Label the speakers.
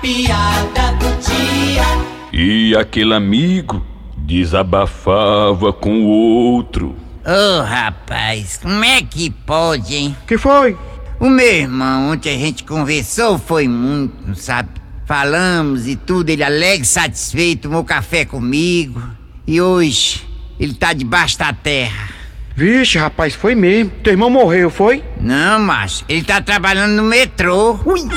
Speaker 1: piada do dia.
Speaker 2: E aquele amigo desabafava com o outro.
Speaker 3: Ô rapaz, como é que pode, hein?
Speaker 4: Que foi?
Speaker 3: O meu irmão, ontem a gente conversou, foi muito, sabe? Falamos e tudo, ele alegre, satisfeito, tomou café comigo. E hoje, ele tá debaixo da terra.
Speaker 4: Vixe, rapaz, foi mesmo. Teu irmão morreu, foi?
Speaker 3: Não, macho, ele tá trabalhando no metrô. Ui!